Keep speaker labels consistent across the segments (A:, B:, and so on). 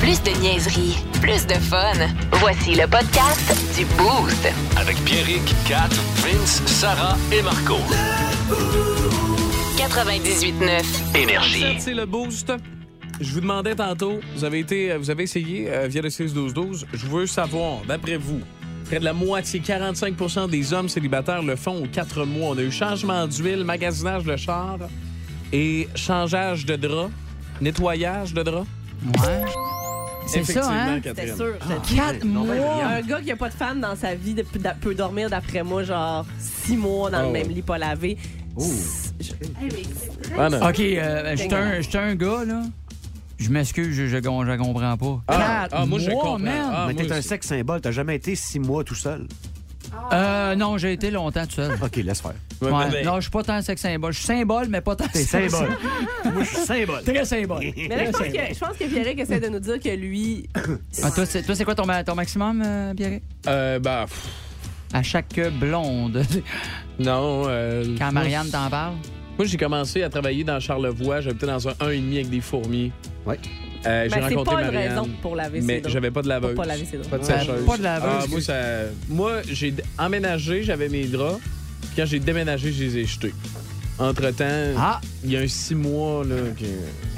A: Plus de niaiserie, plus de fun. Voici le podcast du Boost.
B: Avec Pierrick, Kat, Vince, Sarah et Marco.
A: 98.9.
B: Énergie.
C: C'est le boost. Je vous demandais tantôt, vous avez été, vous avez essayé euh, via le 6-12-12. Je veux savoir, d'après vous, près de la moitié, 45 des hommes célibataires le font aux quatre mois. On a eu changement d'huile, magasinage de char et changeage de drap, nettoyage de drap.
D: Ouais.
E: C'est ça, hein?
C: Catherine.
F: C'était sûr. c'était-
D: Quatre
E: Ah
C: ben,
D: mois.
F: Un gars qui a pas de femme dans sa vie de- d'a- peut dormir, d'après moi, genre six mois dans
C: Oh.
F: le même lit pas lavé. S- je-
C: Ah, non.
D: OK, euh, j'étais un, j'étais un gars, là. Je m'excuse, je, je, con- je comprends pas.
C: Ah,
D: Quatre
C: ah, moi, je
D: mois,
C: comprends.
D: man.
C: Ah,
E: Mais
C: moi
E: t'es un
C: aussi.
E: sexe symbole, t'as jamais été six mois tout seul.
D: Euh, non, j'ai été longtemps tout seul.
E: OK, laisse faire.
C: Ah. Ouais,
D: Ouais.
C: ben, ben,
D: Non, je suis pas tant sexe symbole. Je suis symbole, mais pas tant
E: T'es symbole. Moi, je suis symbole.
D: Très symbole.
F: Mais là, je pense que, je pense que Pierrick essaie de nous dire que lui.
D: Ah, toi, c'est toi, c'est quoi ton, ma- ton maximum, euh, Pierre?
C: euh, bah, pff,
D: À chaque blonde.
C: non. euh,
D: Quand Marianne t'en parle.
C: Moi, j'ai commencé à travailler dans Charlevoix. J'habitais dans un 1,5 avec des fourmis.
E: Ouais.
C: Euh, j'ai
F: Ben, c'est
C: rencontré
F: pas une
C: Marianne.
F: raison pour laver ses
C: mais
F: draps.
C: j'avais pas de laveuse.
F: Pour pas laver ses draps.
C: Pas de
D: Ouais.
C: sécheuse.
D: Pas de laveuse,
C: Ah, moi,
D: excuse.
C: ça- moi, j'ai d- emménagé, j'avais mes draps. Puis quand j'ai déménagé, je les ai jetés. Entre-temps,
D: Ah!
C: il y a un six mois, là, que...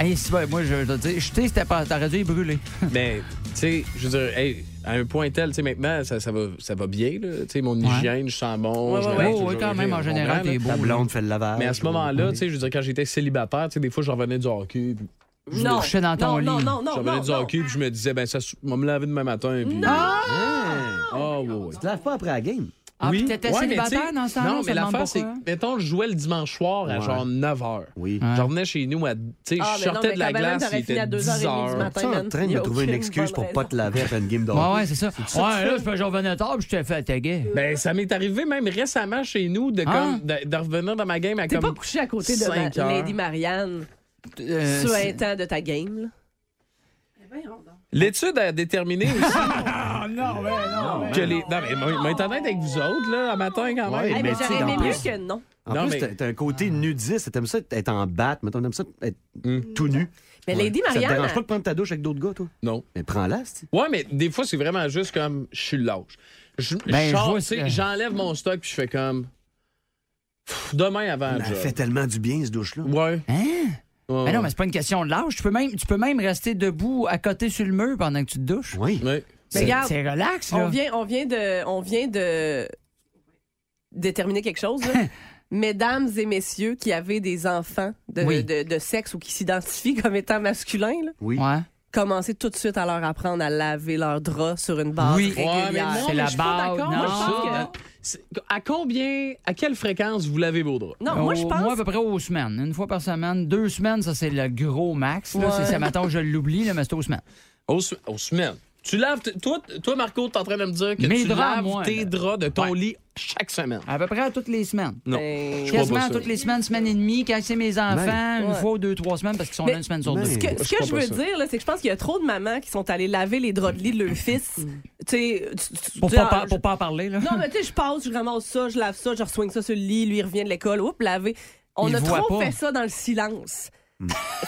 D: Hey, si, ben, moi, je dois te dire, jeter, c'était pas. T'aurais dû les brûler.
C: Mais, tu sais, je veux dire, hey, à un point tel, tu sais, maintenant, ça, ça va, ça va bien, là. Tu sais, mon
D: Ouais.
C: hygiène, je sens bon.
F: Ouais,
C: je
F: ouais,
C: me
F: ouais.
C: lave
D: Oh, oui,
C: toujours
D: quand
C: bien,
D: même, en
C: je
D: général,
C: comprends,
D: t'es
C: là.
D: beau.
E: La blonde fait le lavage.
C: Mais à ce moment-là, tu sais, je veux dire, quand j'étais célibataire, tu sais, des fois, je revenais du hockey, puis
D: me couchais dans ton
F: non, non,
D: lit.
F: non, non,
C: J'en
F: non,
C: venais du
F: non.
C: hockey, puis je me disais, ben, ça, se- on va me laver demain matin. Puis...
E: Hein?
C: Ah, ouais, ouais.
E: Tu te laves pas après la game.
D: Ah, puis t'étais
C: Ouais, mais
D: célibataire
C: t'sais,
D: dans ce temps-là?
C: Non,
D: on se
C: mais
D: demande
C: l'affaire, c'est.
D: pourquoi.
C: Mettons, je jouais le dimanche soir à
E: Ouais.
C: genre 9 h.
E: Oui.
D: Ouais.
C: Je revenais chez nous à. Tu sais,
F: Ah,
C: je
F: mais non,
C: sortais
F: mais
C: de la
F: quand même,
C: glace.
F: t'aurais
C: il
F: fini à
C: était
F: 2 heures
C: 10
F: et demie du
C: heure.
F: matin.
E: Tu es en train de
F: Y
E: me
F: a
E: trouver une
F: aucune
E: excuse
F: bonne
E: pour pas
F: raison.
E: te laver après une game de
D: Ouais,
E: hockey.
D: ouais, c'est ça. Ouais, là, je revenais tard, puis je t'ai fait attaquer.
C: Ben, ça m'est arrivé même récemment chez nous de,
D: Hein?
C: comme, de, de revenir dans ma game à
F: Ah. T'es pas
C: comme.
F: couché à côté de
C: cinq
F: ma-
C: heures.
F: Lady Marianne
D: Euh,
F: sur un
D: c'est-
F: temps de ta game. là.
C: L'étude a déterminé aussi que les. Non, mais moi, moi, étant honnête avec vous autres, là, à matin quand même.
E: Ouais,
F: Eh,
E: mais
F: mais
E: tu sais,
F: J'aurais
E: dans
F: aimé
E: plus-
F: mieux que non.
E: En
C: Non,
E: plus,
C: mais-
E: t'as- t'as un côté nudiste. T'aimes ça être en batte, mais t'aimes ça être
C: Mm.
E: tout nu.
F: Mais
E: Ouais.
F: Lady
E: Ça te
F: Marianne.
E: dérange pas de prendre ta douche avec d'autres gars, toi?
C: Non.
E: Mais prends-la, c'est-
C: Ouais, mais des fois, c'est vraiment juste comme je suis lâche. Je-
D: Ben,
C: je
D: je
C: sors,
D: vois
C: tu sais,
D: ce que-
C: J'enlève mon stock puis je fais comme. Pff, Demain avant le
E: Elle
C: job.
E: fait tellement du bien, ce douche-là.
C: Ouais.
D: Hein?
C: ouais,
D: Ben non, mais c'est pas une question de l'âge. Tu peux même, tu peux même rester debout à côté sur le mur pendant que tu te douches.
E: Oui.
C: ouais.
D: C'est-
F: regarde,
D: c'est relax, là.
F: On vient, on vient de, on vient de déterminer quelque chose. là. Mesdames et messieurs qui avaient des enfants de,
D: Oui.
F: de- de sexe ou qui s'identifient comme étant masculins, là,
E: Oui.
D: Ouais.
F: commencez tout de suite à leur apprendre à laver leurs draps sur une base
D: Oui.
F: régulière.
C: Ouais, mais moi,
D: C'est
C: mais
D: la
C: je suis pas
D: base,
C: d'accord. Moi, je
D: non.
C: pense que- c'est- À combien, à quelle fréquence vous lavez vos draps?
F: non, Ah, moi je
D: Au-
F: pense.
D: à peu près aux semaines. Une fois par semaine. Deux semaines, ça, c'est le gros max. Là,
F: Ouais.
D: C'est ça, maintenant, je l'oublie, là, mais c'est aux semaines.
C: Aux, se- aux semaines. Tu laves, t- toi, t- toi Marco, t'es en train de me dire que
D: Mes
C: tu
D: draps,
C: laves
D: moi,
C: tes
D: là.
C: draps de ton
D: Ouais.
C: lit chaque semaine.
D: À peu près à toutes les semaines.
C: Non,
F: Ben,
C: je crois
D: Quasiment
C: pas
D: à
C: ça.
D: toutes les semaines, semaine et demie, quand c'est mes enfants, une
F: Ouais.
D: fois ou deux, trois semaines, parce qu'ils sont
F: Mais-
D: là
F: ben,
D: une semaine sur
E: mais-
D: deux.
F: Ce que, ce
C: Je
F: que
C: crois
F: je
C: pas
F: veux
C: ça.
F: dire, là, c'est que je pense qu'il y a trop de mamans qui sont allées laver les draps de lit de leur fils. Tu sais, tu- tu- tu-
D: Mm. Pour
F: tu-
D: pas,
F: ah,
D: par- pour pas en parler, là.
F: Non, mais tu sais, je passe, je ramasse ça, je lave ça, je reçoigne ça sur le lit, lui, il revient de l'école, oups, laver. On
D: Il
F: a
D: voit
F: trop
D: pas. Hmm.
F: fait ça dans le silence.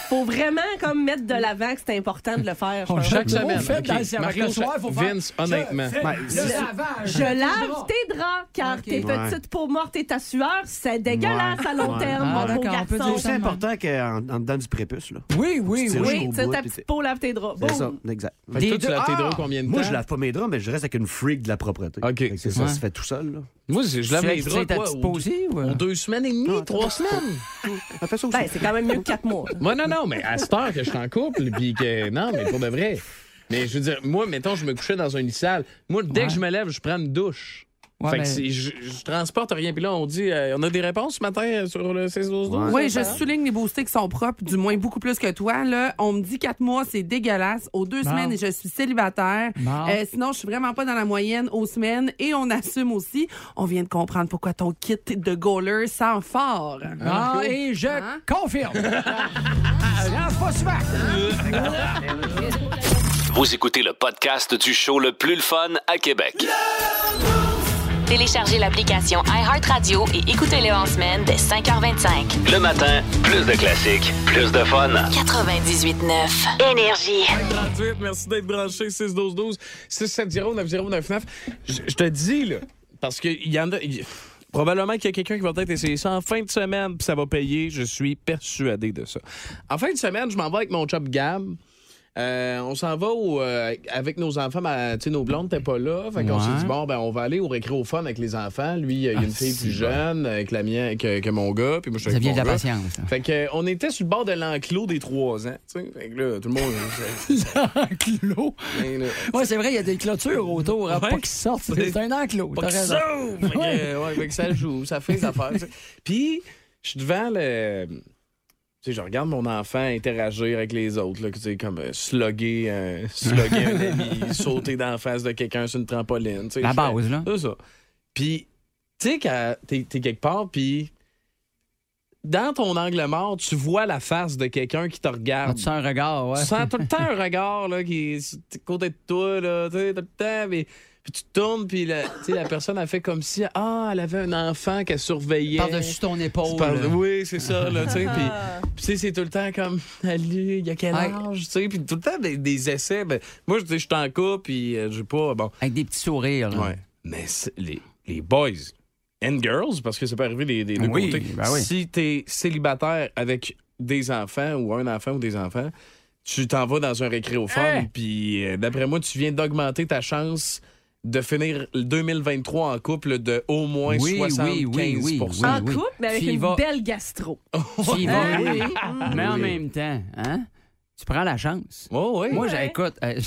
F: Faut vraiment comme mettre de l'avant que c'est important de le faire. je
D: On
F: pense.
C: Chaque
D: jette. Vous
C: semaine.
D: faites
C: ok.
D: dans le cercle.
C: Marco,
D: Le soir,
C: chaque-
D: faut faire-
C: Vince, honnêtement.
E: Ben, c'est-
F: Je lave tes draps car
D: Ok.
F: tes
E: Ouais.
F: petites peaux mortes et ta sueur, c'est dégueulasse à long
E: Ouais.
F: terme,
D: Ah,
F: mon beau
D: d'accord, on peut
F: garçon.
D: dire
E: c'est important qu'en en dedans du prépuce, là.
D: Oui, oui,
E: Tu tires
D: oui.
F: Oui,
E: au
F: tu sais,
E: bout,
F: ta
E: puis
F: petite
E: t'es-
F: peau lave tes draps.
E: C'est ça,
F: Boum.
E: exact.
C: Fait que toi,
D: Des
C: tu laves tes
D: deux-
C: draps
D: Ah!
C: combien de temps?
E: Moi, je lave pas mes draps, mais je reste avec une freak de la propreté.
C: OK.
E: Fait que c'est ça,
D: Ouais.
E: ça se fait tout seul, là.
C: Moi, je je lave
D: Tu
C: mes
D: fais- tu fais
C: draps
D: ta
C: quoi,
D: petite
C: aux-
D: pause aussi, ou-
C: aux deux semaines et
D: Ah,
C: demie, trois semaines.
E: On fait ça aussi.
F: Ben, c'est quand même mieux que quatre mois.
C: Moi, non, non, mais à cette heure que je suis en couple, puis que. Non, mais pour de vrai. Mais je veux dire, moi, mettons, je me couchais dans un lit sale. Moi, dès que je me lève, je prends une douche.
D: Ouais,
C: fait que
G: ben
D: mais-
C: c'est- je, je transporte rien. Puis là, on dit, euh, on a des réponses ce matin euh, sur le 16 12 12
G: Oui,
H: Ben,
G: je souligne les beaux sticks sont propres, du moins beaucoup plus que toi. Là. On me dit quatre mois, c'est dégueulasse. Aux deux
D: Bon.
G: semaines, je suis célibataire.
D: Bon.
G: Euh, sinon, je suis vraiment pas dans la moyenne aux semaines. Et on assume aussi, on vient de comprendre pourquoi ton kit de goaler sent fort.
D: Ah, et je
G: Hein?
D: confirme. Je lance pas souvent.
B: Vous écoutez le podcast du show le plus le fun à Québec.
A: Téléchargez l'application iHeartRadio et écoutez-le en semaine dès 5h25.
B: Le matin, plus de classiques, plus de fun.
A: 98.9 Énergie.
C: 38, merci d'être branché 6 12 12 6 7 0 9 0 9 9. Je, je te dis là parce que il y en a il- Probablement qu'il y a quelqu'un qui va peut-être essayer ça en fin de semaine, puis ça va payer. Je suis persuadé de ça. En fin de semaine, je m'en vais avec mon chum Gab. Euh, on s'en va au, euh, avec nos enfants. Ma, tu sais, nos blondes n'étaient pas là. Fait qu'on
D: Ouais.
C: s'est dit, bon, ben, on va aller au récré au fun avec les enfants. Lui, euh, il y a une fille plus jeune euh, que, la mienne, que, que mon gars. Puis moi, je suis
D: Vous
C: avec
D: aviez
C: mon
D: de la
C: gars.
D: patience. là.
C: Fait que, euh, on était sur le bord de l'enclos des trois ans. tu sais. Fait que là, tout le monde.
D: Enclos.
C: Ben, là,
D: Ouais, c'est vrai, il y a des clôtures autour. hein, Pas qu'ils sortent. C'est un enclos.
C: Pas
D: t'as
C: que
D: raison.
C: ça ouvre! Fait que, euh, ouais, fait que ça joue, ça fait des affaires. tu sais. Puis, je suis devant le. Tu sais, je regarde mon enfant interagir avec les autres, là, que, tu sais, comme euh, slugger, un- slugger un ami, sauter d'en face de quelqu'un sur une trampoline. tu sais.
D: La
C: Je
D: base, hein?
C: fais-
D: là.
C: C'est ça. Puis, tu sais, quand t'es t'es quelque part, puis dans ton angle mort, tu vois la face de quelqu'un qui te
D: Ah,
C: regarde.
D: tu sens un regard, ouais.
C: Tu sens tout le temps un regard là, qui est sur- à côté de toi, là, tu sais, tout le temps. Mais, puis tu tournes, puis la, tu sais, la personne a fait comme si ah, elle avait un enfant qu'elle surveillait.
D: Par-dessus ton épaule.
C: Tu parles-
D: là.
C: Oui, c'est ça, là, tu sais. Puis, puis tu sais, c'est tout le temps comme, allez, il y a quel
D: Ouais.
C: âge, tu sais. Puis tout le temps des, des essais. Ben, moi, je dis, je suis en couple, puis euh, j'ai pas. Bon.
D: Avec des petits sourires. là.
C: Ouais. Mais c'est- les, les boys and girls, parce que ça peut arriver des, des deux
D: Oui,
C: côtés.
D: ben oui.
C: Si t'es célibataire avec des enfants ou un enfant ou des enfants, tu t'en vas dans un récré au fun,
D: Hein?
C: puis euh, d'après moi, tu viens d'augmenter ta chance de finir le 2023 en couple de au moins
D: Oui, oui,
C: 75
D: oui, oui, Ah. oui.
F: en
D: Ben oui.
F: couple, mais avec
D: Tu y
F: une
D: vas.
F: belle gastro.
D: Ah, Tu y vas, Eh oui.
F: Mm.
D: Mais en
C: Oui.
D: même temps, hein? Tu prends la chance.
C: Oh, oui.
D: Moi,
F: Ouais.
D: j'écoute. euh,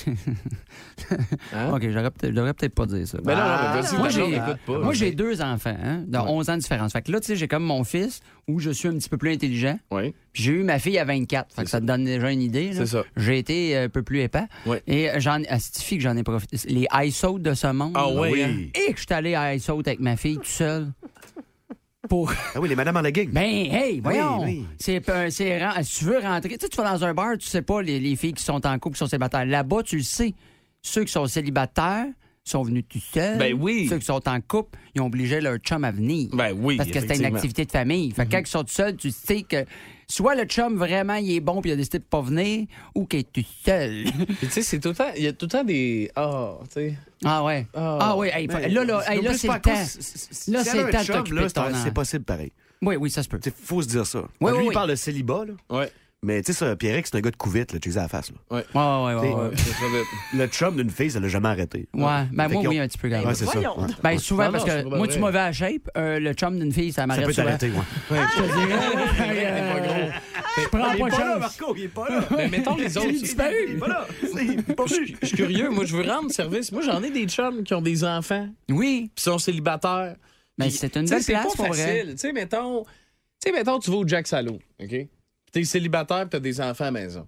C: Hein?
D: OK, j'aurais peut-être- je devrais peut-être pas dire ça.
C: Ben non, non, mais vas-y,
D: Moi,
C: ta blonde
D: j'ai,
C: n'écoute pas.
D: moi, j'ai deux enfants, hein, de 11 ans de différence. Fait que là, tu sais, j'ai comme mon fils, où je suis un petit peu plus intelligent.
C: Oui.
D: Puis j'ai eu ma fille à 24. Fait que
C: C'est
D: ça te donne déjà une idée. là.
C: C'est ça.
D: J'ai été euh, un peu plus épais.
C: Ouais.
D: Et euh, j'en ai. Astifi que j'en ai profité. Les ISO de ce monde.
C: Ah
D: là.
C: ouais,
D: Oui.
C: hein.
D: Et que je suis allé à ISO avec ma fille tout seul. Pour.
E: Ah oui, les madames en legging.
D: Ben, hey, voyons!
E: oui.
D: C'est, pas- c'est ren- si tu veux rentrer. Tu sais, tu vas dans un bar, tu sais pas les, les filles qui sont en couple, qui sont célibataires. Là-bas, tu le sais. Ceux qui sont célibataires sont venus tout seuls.
C: Ben oui.
D: Ceux qui sont en couple, ils ont obligé leur chum à venir.
C: Ben oui,
D: Parce que c'était une
C: effectivement.
D: activité de famille. Fait que quand ils sont tout seuls, tu sais que soit le chum vraiment, il est bon puis il a décidé de pas venir, ou qu'il est tout seul.
C: Puis tu sais, c'est tout le temps, il y a tout le temps des. Ah, tu sais.
D: ah ouais.
C: Ah.
D: ah oui. hey, fa- là, là, hey, là, c'est le temps. Là, c'est le temps de t'occuper de ton
E: C'est
D: enfant.
E: possible pareil.
D: Oui, oui, ça se peut.
E: Il faut se dire ça.
D: Oui,
E: lui,
D: oui,
E: il
D: oui.
E: parle de célibat, là.
C: Ouais, Ah
E: Mais tu sais, ça, Pierrick, c'est un gars de couvite, là, tu sais, à la face. Là.
D: Ouais, ouais, ouais, ouais.
C: ouais, c'est ça, vite.
E: Le chum d'une fille, ça l'a jamais arrêté.
D: Ouais, ben
E: Fait
D: moi,
E: qu'ils
D: oui,
E: ont-
D: un petit peu, quand même.
E: Ouais, c'est ça.
F: Voyons.
E: Ouais.
D: Ben souvent,
C: Non,
D: parce
C: non, c'est
D: que
C: pas
D: moi,
C: vrai.
D: tu m'es mauvais à la shape. euh, le chum d'une fille, ça
E: Ça
D: m'arrête
E: peut
D: souvent. Ah!
E: t'arrêter, ouais.
D: Je prends pas ben. de chance.
E: Marco, il est pas là.
C: Mais mettons les autres.
E: est pas là. Il est pas
C: Je
E: venu.
C: je suis curieux, moi je veux rendre service. Moi j'en ai des chums qui ont des enfants,
D: Oui,
C: qui sont célibataires.
D: mais
C: Puis,
D: c'est Ben, une
C: tu sais,
D: belle place,
C: C'est pas
D: pour vrai.
C: facile. Tu sais, mettons, tu sais, mettons, tu vas au Jack Salo, OK? Puis T'es célibataire, puis t'as des enfants à la maison.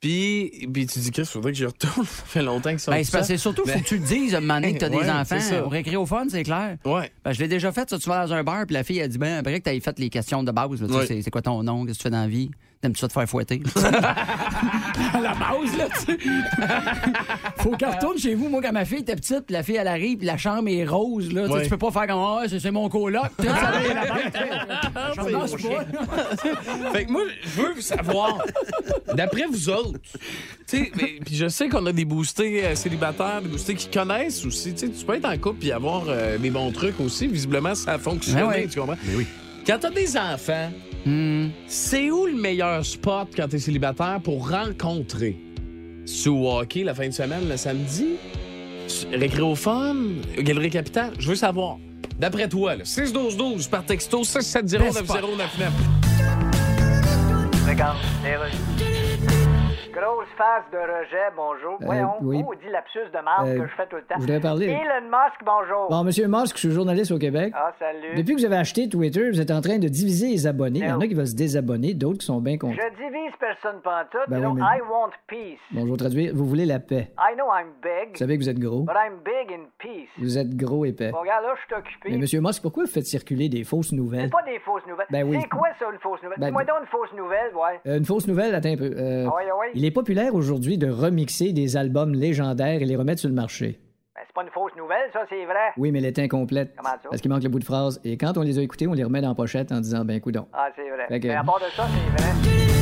C: Puis, puis tu dis, qu'est-ce faudrait que j'y retourne? Ça fait longtemps qu'ils sont
D: Ben,
C: tout
D: c'est parce que surtout, faut
C: Mais-
D: que tu le dises à un moment donné que t'as
C: Ouais,
D: des
C: c'est ça.
D: enfants. Au récré au fun, c'est clair.
C: seuls. Ouais.
D: Ben, je l'ai déjà fait, ça, tu vas dans un bar, puis la fille a dit, ben, après que t'avais fait les questions de base, là, tu sais,
C: Oui.
D: c'est- c'est quoi ton nom, qu'est-ce que tu fais dans la vie? T'aimes-tu ça te faire fouetter? la base, là, tu sais. Faut qu'elle retourne chez vous. Moi, quand ma fille était petite, puis la fille, elle arrive, puis la chambre est rose, là. tu sais,
C: Oui.
D: Tu peux pas faire comme, ah, c'est c'est mon coloc. Tu sais, ça arrive à la base, tu sais. La chambre, non, c'est pas.
C: Fait que moi, je veux savoir, d'après vous autres, tu sais, mais- puis je sais qu'on a des boostés euh, célibataires, des boostés qui connaissent aussi. Tu sais, tu peux être en couple et avoir euh, des bons trucs aussi. Visiblement, ça a fonctionné,
D: Ben ouais.
C: tu comprends?
E: Mais oui.
C: Quand t'as des enfants,
D: Hmm.
C: c'est où le meilleur spot quand t'es célibataire pour rencontrer? Sous hockey, la fin de semaine, le samedi? Su- Récré au fun? Galerie Capitale? Je veux savoir. D'après toi, là, 6-12-12 par texto, 670 9099
I: Regarde, les rues. Go. grosse phase de rejet, bonjour.
J: Euh,
I: Voyons,
J: oui.
I: oh, dit lapsus de marque
J: Euh,
I: que je fais tout le temps.
J: je voulais parler.
I: Elon Musk, bonjour.
J: Bon, Monsieur Musk, je suis journaliste au Québec.
I: Ah, salut.
J: Depuis que vous avez acheté Twitter, vous êtes en train de diviser les abonnés. Il y en
I: Non.
J: a qui vont se désabonner, d'autres qui sont bien contents.
I: Je divise personne pantoute,
J: Ben
I: disons,
J: oui, mais-
I: I want peace.
J: Bon, je vais traduire. Vous voulez la paix.
I: I know I'm big,
J: Vous savez que vous êtes gros.
I: but I'm big in peace.
J: Vous êtes gros et paix.
I: Bon, regarde, là, je suis occupé.
J: Mais Monsieur Musk, pourquoi vous faites circuler des fausses
I: C'est
J: nouvelles?
I: pas des fausses nouvelles.
J: Ben oui.
I: C'est quoi ça, une fausse nouvelle?
J: Ben-
I: Dis-moi donc une fausse nouvelle, ouais.
J: Euh, une fausse nouvelle, attends un peu. Euh,
I: Ah ouais, ah ouais.
J: Il est populaire aujourd'hui de remixer des albums légendaires et les remettre sur le marché.
I: Ben, c'est pas une fausse nouvelle, ça, c'est vrai.
J: Oui, mais elle est incomplète.
I: Comment ça?
J: Parce qu'il manque le bout de phrase. Et quand on les a écoutés, on les remet dans la pochette en disant, ben, coudon.
I: Ah, c'est vrai.
J: Fait que-
I: Mais à part de ça, c'est vrai.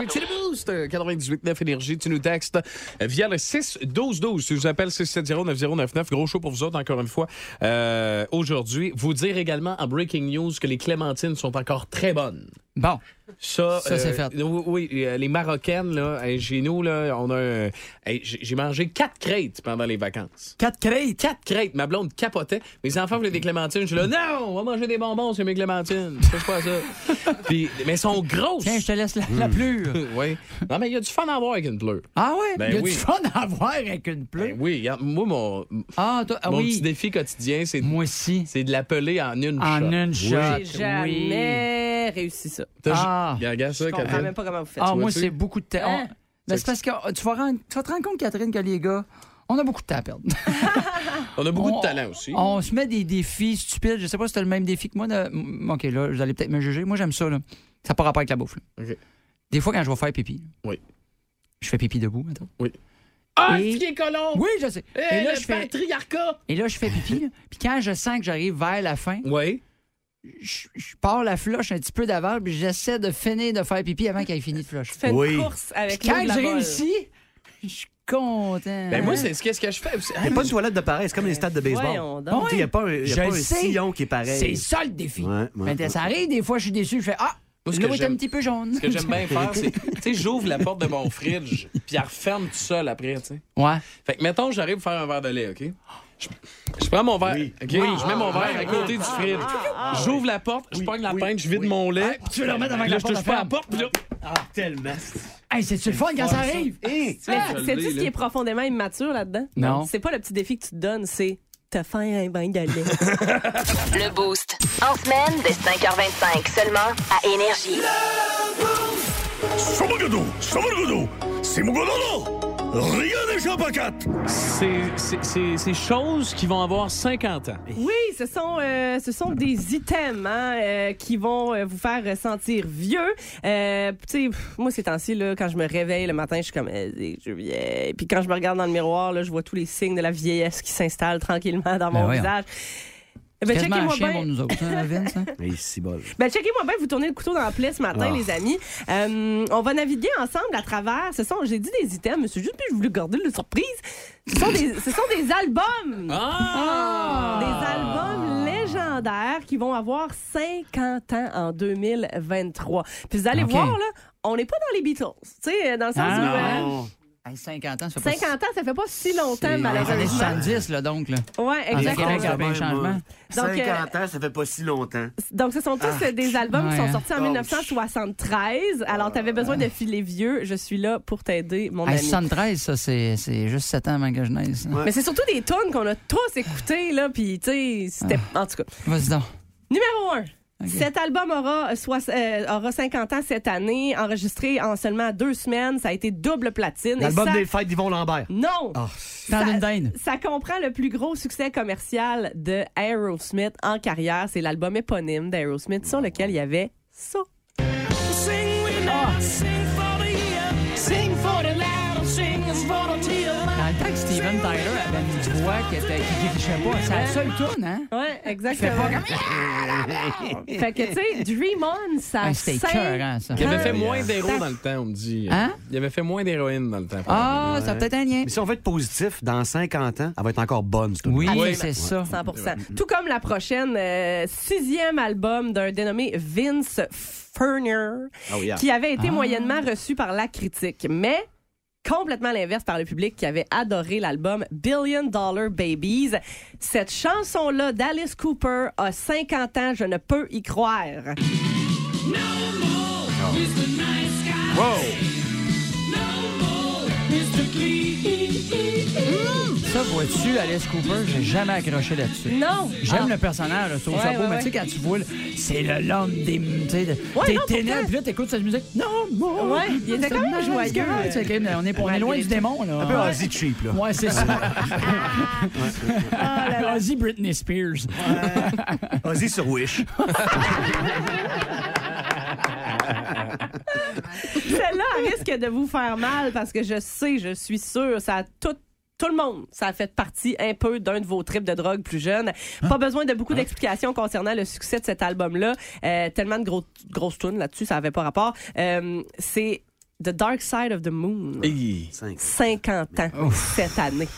C: Tu- tu le boostes, euh, 98.9 Énergie, tu nous textes euh, via le 6-12-12. Si je vous appelle 670-9099, gros show pour vous autres, encore une fois, euh, aujourd'hui. Vous dire également en breaking news que les clémentines sont encore très bonnes.
D: Bon.
C: Ça,
D: Ça, c'est fait.
C: Oui, oui, euh, les Marocaines, là, euh, chez nous, là, on a. un- hey, J'ai j'ai mangé quatre crêtes pendant les vacances.
D: Quatre crêtes.
C: Quatre crêtes. Ma blonde capotait. Mes enfants voulaient des clémentines. Je suis là, non, on va manger des bonbons, c'est mes clémentines. C'est pas ça. Puis, mais elles sont grosses.
D: Tiens, je te laisse la,
C: Hmm.
D: la pleure.
C: oui. Non, mais il y a du fun à avoir avec une pleure.
D: Ah ouais?
C: Ben
D: Il y a
C: oui.
D: du fun à avoir avec une pleure.
C: Ben oui, regarde, moi, mon,
D: ah, toi, Hein? ah
C: mon
D: oui.
C: petit défi quotidien, c'est de,
D: Moi aussi.
C: c'est de l'appeler en une
D: En
C: shot.
D: une shot.
F: J'ai jamais réussi ça.
C: T'as ju-
D: Ah.
C: Regarde, regarde ça,
F: Je comprends
C: Catherine.
F: même pas comment vous faites.
D: Ah,
C: Tu
D: moi,
C: vois-tu?
D: c'est beaucoup de temps.
F: Hein?
D: Mais c'est parce que oh, tu vas, rendre- tu vas te rendre compte, Catherine, que les gars, on a beaucoup de temps à perdre.
C: On a beaucoup
D: On-
C: de talent aussi.
D: On se met des défis stupides. Je sais pas si t'as le même défi que moi. de- Mm, OK, là, vous allez peut-être me juger. Moi, j'aime ça. Là. Ça part rapport avec la bouffe. là.
C: OK.
D: Des fois, quand je vais faire pipi,
C: Oui.
D: je fais pipi debout, maintenant.
C: Ah,
D: Et-
C: ce qui est colon!
D: Oui, je sais.
C: Eh,
D: et, là,
C: le
D: je fais,
C: patriarcat!
D: et là, je fais pipi. là. Puis quand je sens que j'arrive vers la fin,
C: Oui.
D: je, je pars la flush un petit peu d'avant, puis j'essaie de finir de faire pipi avant qu'elle ait fini de flush.
F: Fais une
E: Oui.
F: course avec l'eau
D: Quand
F: de la
D: j'ai
F: balle.
D: réussi, je suis content.
C: Ben, moi, c'est ce qu'est-ce que je fais. aussi.
E: Il n'y a pas de toilette de pareil, c'est comme les stades de
F: Voyons
E: baseball.
F: donc.
E: Il n'y a pas un, il y
D: Je
E: a pas un
D: le sais.
E: sillon qui est pareil.
D: C'est ça le défi.
E: Ouais, ouais,
D: Mais
E: ouais.
D: ça arrive, des fois, je suis déçu, je fais Ah,
C: Moi, ce
D: l'eau
C: que
D: est un
C: j'aime-
D: petit peu jaune.
C: Ce que j'aime bien faire, c'est, tu sais, j'ouvre la porte de mon fridge, puis elle referme tout seul après, tu sais.
D: Ouais.
C: Fait que, mettons, j'arrive pour faire un verre de lait, OK? Je, je prends mon verre, OK? Je mets mon
D: Ah,
C: verre à côté du fridge. J'ouvre la porte, je pogne la pinte, je vide mon lait.
D: Ah, Tu veux le remettre avant que
C: Là,
D: la
C: je
D: porte
C: touche pas à la porte, puis là,
D: Hey, c'est-tu le fun quand ça arrive?
F: Eh Mais
C: je
F: c'est
C: l'ai,
F: tout ce
C: là.
F: qui est profondément immature là-dedans.
D: Non.
F: C'est pas le petit défi que tu te donnes, c'est te faire un bain galet.
A: Le Boost. En semaine, dès 5h25, seulement à Énergie.
C: c'est- c'est- c'est c'est choses qui vont avoir 50 ans.
F: oui, ce sont, euh, ce sont des items hein, euh, qui vont euh, vous faire sentir vieux. Euh, tu sais, pff, moi, ces temps-ci, là, quand je me réveille le matin, je suis comme, euh, je suis vieille. Puis quand je me regarde dans le miroir, là, je vois tous les signes de la vieillesse qui s'installent tranquillement
D: Ben
F: dans mon
D: voyons.
F: visage. Ben,
D: Quasiment un
F: checkez-moi
D: chien
F: bien.
D: pour nous autres, hein, Vince, hein?
E: Et ici, bol.
F: Ben, checkez-moi bien, vous tournez le couteau dans la plaie ce matin,
D: Ah.
F: les amis. Euh, on va naviguer ensemble à travers. Ce sont, j'ai dit des items, mais c'est juste que je voulais garder la surprise. Ce sont des, ce sont des albums.
C: Ah!
F: Des albums légendaires qui vont avoir 50 ans en 2023. Puis vous allez
D: Ok.
F: voir, là, on n'est pas dans les Beatles. Tu sais, dans le sens
D: Ah,
F: où. euh,
C: Non.
D: Hey, 50 ans, ça fait
F: 50 ans, ça fait pas si
D: pas...
F: longtemps,
D: années
F: malheureusement.
D: 70, là, donc. Là.
F: Ouais,
D: Ah, c'est
F: exactement.
D: correct, ça fait un changement.
F: Donc, euh,
E: 50 ans, ça fait pas si longtemps.
F: Donc, ce sont tous euh, des albums qui
D: Ouais, hein.
F: sont sortis en
E: Oh,
F: 1973. Alors, tu avais besoin de filer vieux. Je suis là pour t'aider, mon
D: Hey,
F: ami.
D: 73, ça, c'est c'est juste 7 ans avant que je naisse. hein.
F: Mais c'est surtout des tonnes qu'on a tous écoutées, là. Puis, tu sais, c'était. En tout cas.
D: Vas-y donc.
F: Numéro un.
D: Ah. Ok.
F: Cet album aura, euh, sois- euh, aura 50 ans cette année, enregistré en seulement deux semaines. Ça a été double platine. Et
E: L'album
F: ça-
E: des fêtes d'Yvon Lambert.
F: Non!
D: Ah. Tant
F: Ça-
D: d'une dinde.
F: Ça comprend le plus gros succès commercial de Aerosmith en carrière. C'est l'album éponyme d'Aerosmith sur lequel il y avait ça.
D: Dans le temps que Steven Tyler avait une voix qui était qui guérichait pas, c'est la seule tourne, hein?
F: Ouais, exactement. fait que, tu sais, Dream On, ça a
D: Ah, c'était
F: cinq-
D: écœurant, ça.
C: Il avait fait
E: Ah,
C: moins
E: yeah.
C: d'héros dans le temps, on me dit.
D: Hein?
C: Il avait fait moins d'héroïnes dans le temps.
D: Ah, ça a peut-être un lien.
E: Mais si on veut être positif, dans 50 ans, elle va être encore bonne, cette
D: Oui,
C: Oui.
D: Ah, c'est Mm-hmm. ça.
F: 100%. Tout comme la prochaine, euh, sixième album d'un dénommé Vince Ferner,
E: Ah oui, ah.
F: qui avait été
D: Ah.
F: moyennement reçu par la critique, mais complètement l'inverse par le public qui avait adoré l'album Billion Dollar Babies. Cette chanson-là d'Alice Cooper a 50 ans, je ne peux y croire.
C: Wow!
D: vois-tu, Alice Cooper, j'ai jamais accroché là-dessus.
F: Non.
D: J'aime
F: Ah.
D: le personnage, je trouve ça
F: Ouais,
D: beau,
F: ouais,
D: mais
F: ouais.
D: tu sais, quand tu vois, le- c'est le l'homme des. Tu sais, de-
F: Ouais,
D: t'es
F: non,
D: ténèbres,
F: pourtant.
D: puis là, t'écoutes cette musique. Non, bon.
F: Ouais, il était quand même joyeux.
D: Tu sais, quand même, on est, on est loin du démon, là.
K: Un peu Ozzy cheap, là.
D: Ouais, c'est ça.
F: Ah,
D: Ozzy Britney Spears.
K: Ozzy sur Wish.
F: Celle-là elle risque de vous faire mal parce que je sais, je suis sûre, ça a tout. Tout le monde, ça a fait partie un peu d'un de vos trips de drogue plus jeune. Pas besoin de beaucoup d'explications concernant le succès de cet album-là. Euh, tellement de gros, grosses tunes là-dessus, ça avait pas rapport. Euh, c'est The Dark Side of the Moon. 50 ans cette année.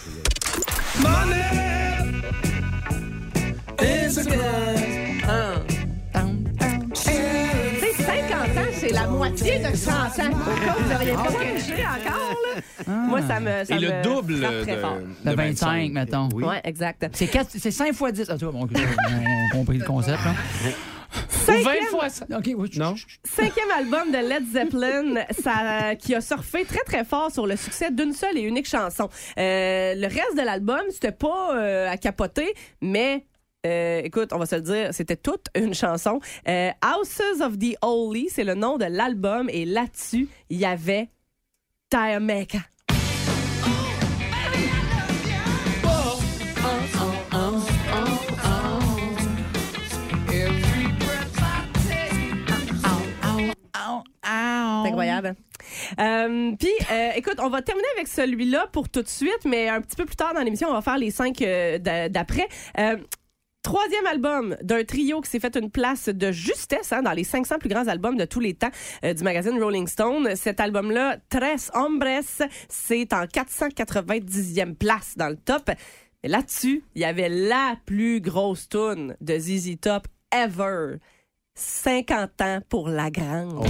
F: C'est 50 ans, c'est la moitié de 100 ans. Pourquoi vous auriez pas bougé encore, là? Moi, ça me. Ça
C: Et le
F: me
C: double
F: frappe très
C: de-
F: fort.
D: De 25, mettons.
F: Ouais, exact.
D: C'est quatre- C'est 5 fois 10. Ah, tu vois, bon, on a compris le concept. Là. Ou 20
F: Cinquième-
D: fois ça. OK, oui. Non.
F: Cinquième album de Led Zeppelin, ça, qui a surfé très très fort sur le succès d'une seule et unique chanson. Euh, le reste de l'album, c'était pas euh, à capoter, mais euh, écoute, on va se le dire, c'était toute une chanson. Euh, Houses of the Holy, c'est le nom de l'album, et là-dessus, il y avait Tire Mecca. C'est incroyable. Euh, Puis, euh, écoute, on va terminer avec celui-là pour tout de suite, mais un petit peu plus tard dans l'émission, on va faire les cinq euh, d'a- d'après. Euh, Troisième album d'un trio qui s'est fait une place de justesse hein, dans les 500 plus grands albums de tous les temps euh, du magazine Rolling Stone. Cet album-là, Tres Hombres, c'est en 490e place dans le top. Mais là-dessus, il y avait la plus grosse tune de ZZ Top ever. 50 ans pour la grande.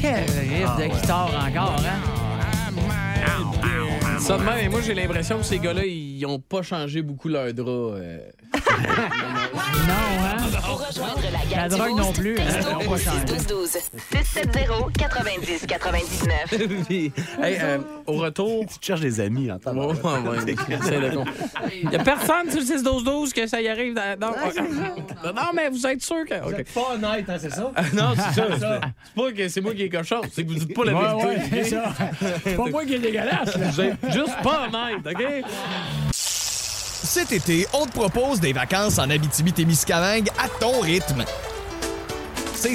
D: Quel riff de guitare encore, hein?
C: Ça de même, moi j'ai l'impression que ces gars-là, ils ont pas changé beaucoup leur drap. euh.
D: Non, hein?
A: Pour rejoindre la gang
D: La
A: du
D: drogue
A: Boost,
D: non plus, hein?
A: texto
D: On va changer.
A: 61212. 670 90 99.
C: Puis, hey, euh, au retour.
E: Tu cherches des amis, en
C: Ouais, ouais, c'est le con. Il y a personne sur le 6-12-12 que ça y arrive. dans- Non, non, mais vous êtes sûr que. OK. Ah,
J: Pas honnête, hein, c'est ça?
C: Non, c'est ça. C'est pas que c'est moi qui ai cochon, c'est que vous dites pas la
D: Ouais,
C: vérité.
D: ouais, c'est ça. C'est pas moi qui est dégueulasse, là.
C: Vous êtes juste pas honnête, OK?
L: Cet été, on te propose des vacances en Abitibi-Témiscamingue à ton rythme. C'est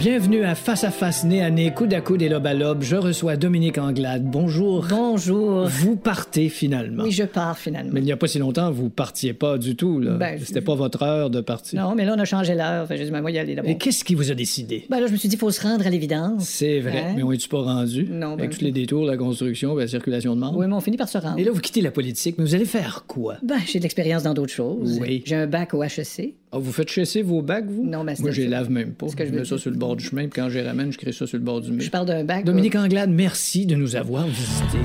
J: Bienvenue à Face à Face, nez à nez, coude à coude et lobe à lobe. Je reçois Dominique Anglade. Bonjour.
M: Bonjour.
J: Vous partez finalement.
M: Oui, je pars finalement.
J: Mais il n'y a pas si longtemps, vous partiez pas du tout. Là.
M: Ben,
J: C'était pas votre heure de partir.
M: Non, mais là, on a changé l'heure. Fait que J'ai dit, ben, moi, y aller d'abord.
J: Et qu'est-ce qui vous a décidé?
M: Ben là, je me suis dit, il faut se rendre à l'évidence.
J: C'est vrai,
M: Hein?
J: mais on est-tu pas rendu?
M: Non, ben,
J: Avec tous les détours, la construction, la circulation de membres.
M: Oui, mais on finit par se rendre.
J: Et là, vous quittez la politique, mais vous allez faire quoi?
M: Ben, j'ai de l'expérience dans d'autres choses.
J: Oui.
M: J'ai un bac au HEC.
J: Ah, vous faites chasser vos bacs, vous?
M: Non, mais c'est
J: Moi, je les
M: ça.
J: lave même pas.
M: Ce que je
J: je
M: veux
J: mets ça
M: dire.
J: sur le bord du chemin, puis quand je les ramène, je crée ça sur le bord du mur.
M: Je parle d'un bac.
J: Dominique Anglade, merci de nous avoir visités.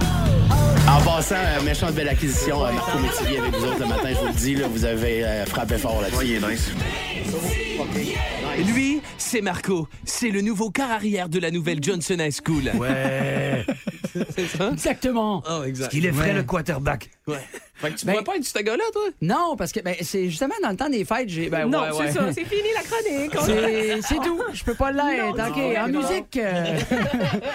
N: En passant, euh, méchante belle acquisition, euh, Marco Métivier avec vous autres le matin, je vous le dis, là, vous avez euh, frappé fort là-dessus.
O: Lui, c'est Marco. C'est le nouveau car arrière de la nouvelle Johnson High School.
K: Ouais.
C: C'est ça?
D: Exactement.
C: Oh, exact.
K: Qu'il effraie
D: Ouais.
K: le quarterback.
C: Ouais. Fait que tu
D: Ben-
C: pourrais pas être ce gars-là, toi?
D: Non, parce que ben, c'est justement dans le temps des fêtes, j'ai. Ben,
F: non,
D: ouais,
F: c'est
D: ouais.
F: ça, c'est fini la chronique. On-
D: C'est c'est tout. Je peux pas l'être.
F: Non,
D: OK,
F: non,
D: en
F: non.
D: musique. euh,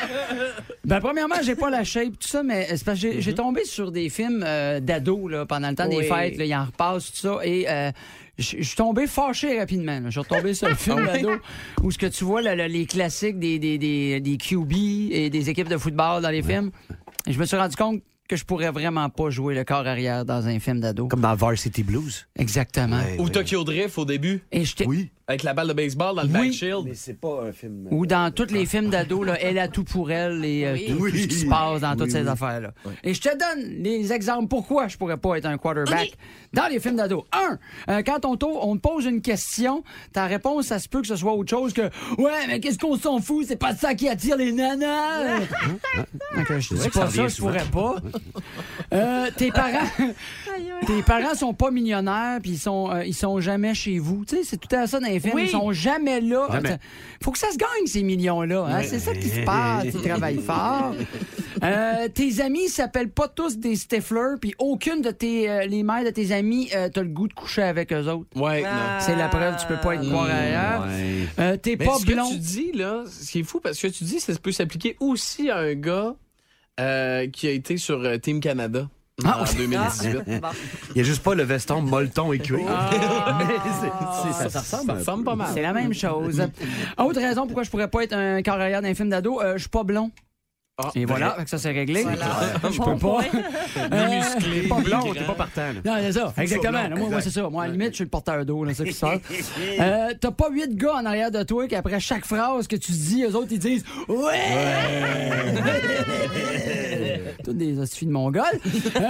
D: ben, premièrement, j'ai pas la shape, tout ça, mais euh, c'est parce que j'ai- j'ai tombé sur des films euh, d'ados là, pendant le temps des
F: Oui.
D: fêtes. là, Ils en repassent, tout ça. Et euh, je je suis tombé fâché rapidement. là. Je suis retombé sur le film d'ado où ce que tu vois là, là, les classiques des, des, des, des QB et des équipes de football dans les films. Et je me suis rendu compte que je pourrais vraiment pas jouer le corps arrière dans un film d'ado.
E: Comme dans Varsity Blues.
D: Exactement.
C: Ou Tokyo Drift au début?
D: Et j'étais
E: Oui.
C: Avec la balle de baseball dans le back shield.
E: Mais c'est pas un film.
D: Ou dans tous les films d'ados, là, elle a tout pour elle et euh, tout, tout ce qui se passe dans toutes
E: Oui,
D: ces
E: oui.
D: affaires-là. Et je te donne les exemples pourquoi je pourrais pas être un quarterback dans les films d'ados. Un, euh, quand on, t'au- on te pose une question, ta réponse, ça se peut que ce soit autre chose que Ouais, mais qu'est-ce qu'on s'en fout? C'est pas ça qui attire les nanas! Fait que je
J: C'est
D: dis
J: vrai que
D: pas
J: ça
D: ça,
J: revient
D: je pourrais pas. Euh, tes parents, tes parents sont pas millionnaires, puis ils sont, euh, ils sont jamais chez vous. Tu sais, c'est tout à ça dans les films.
J: Oui.
D: Ils sont jamais là. Ah,
J: Jamais.
D: Faut que ça se gagne ces millions là.
J: Ouais.
D: C'est ça qui se passe. tu travailles fort. Euh, tes amis s'appellent pas tous des stiflers, puis aucune de tes euh, les mères de tes amis euh, t'as le goût de coucher avec eux autres.
C: Ouais,
M: Ben,
C: non.
D: C'est la preuve, tu peux pas être quarterback. Euh, T'es
C: Ah. Hmm, Mais
D: pas
C: ce
D: blond.
C: que tu dis, là, ce qui est fou, parce que ce que tu dis, ça peut s'appliquer aussi à un gars euh, qui a été sur euh, Team Canada en 2018.
E: Il n'y a juste pas le veston molleton et cuir. Ah!
C: Mais
E: c'est- ça
N: Ah,
E: ressemble
N: ben,
E: un peu.
C: pas mal.
D: C'est la même chose. Autre raison pourquoi je pourrais pas être un corps arrière d'un film d'ado, euh, je suis pas blond. Et voilà, fait que ça Ah, c'est réglé. je peux pas.
E: Ni musclé,
D: pas
E: ni
D: blond,
E: grand.
D: t'es pas partant. Non, c'est ça,
E: Faut que ce soit
D: exactement.
E: blanc,
D: moi, moi,
E: exact.
D: c'est ça. Moi, à la limite, je suis le porteur d'eau, là, c'est ça qui se passe. Euh, T'as pas huit gars en arrière de toi qui, après chaque phrase que tu dis, eux autres, ils disent Ouais! Toutes des hosties de Mongols. Euh,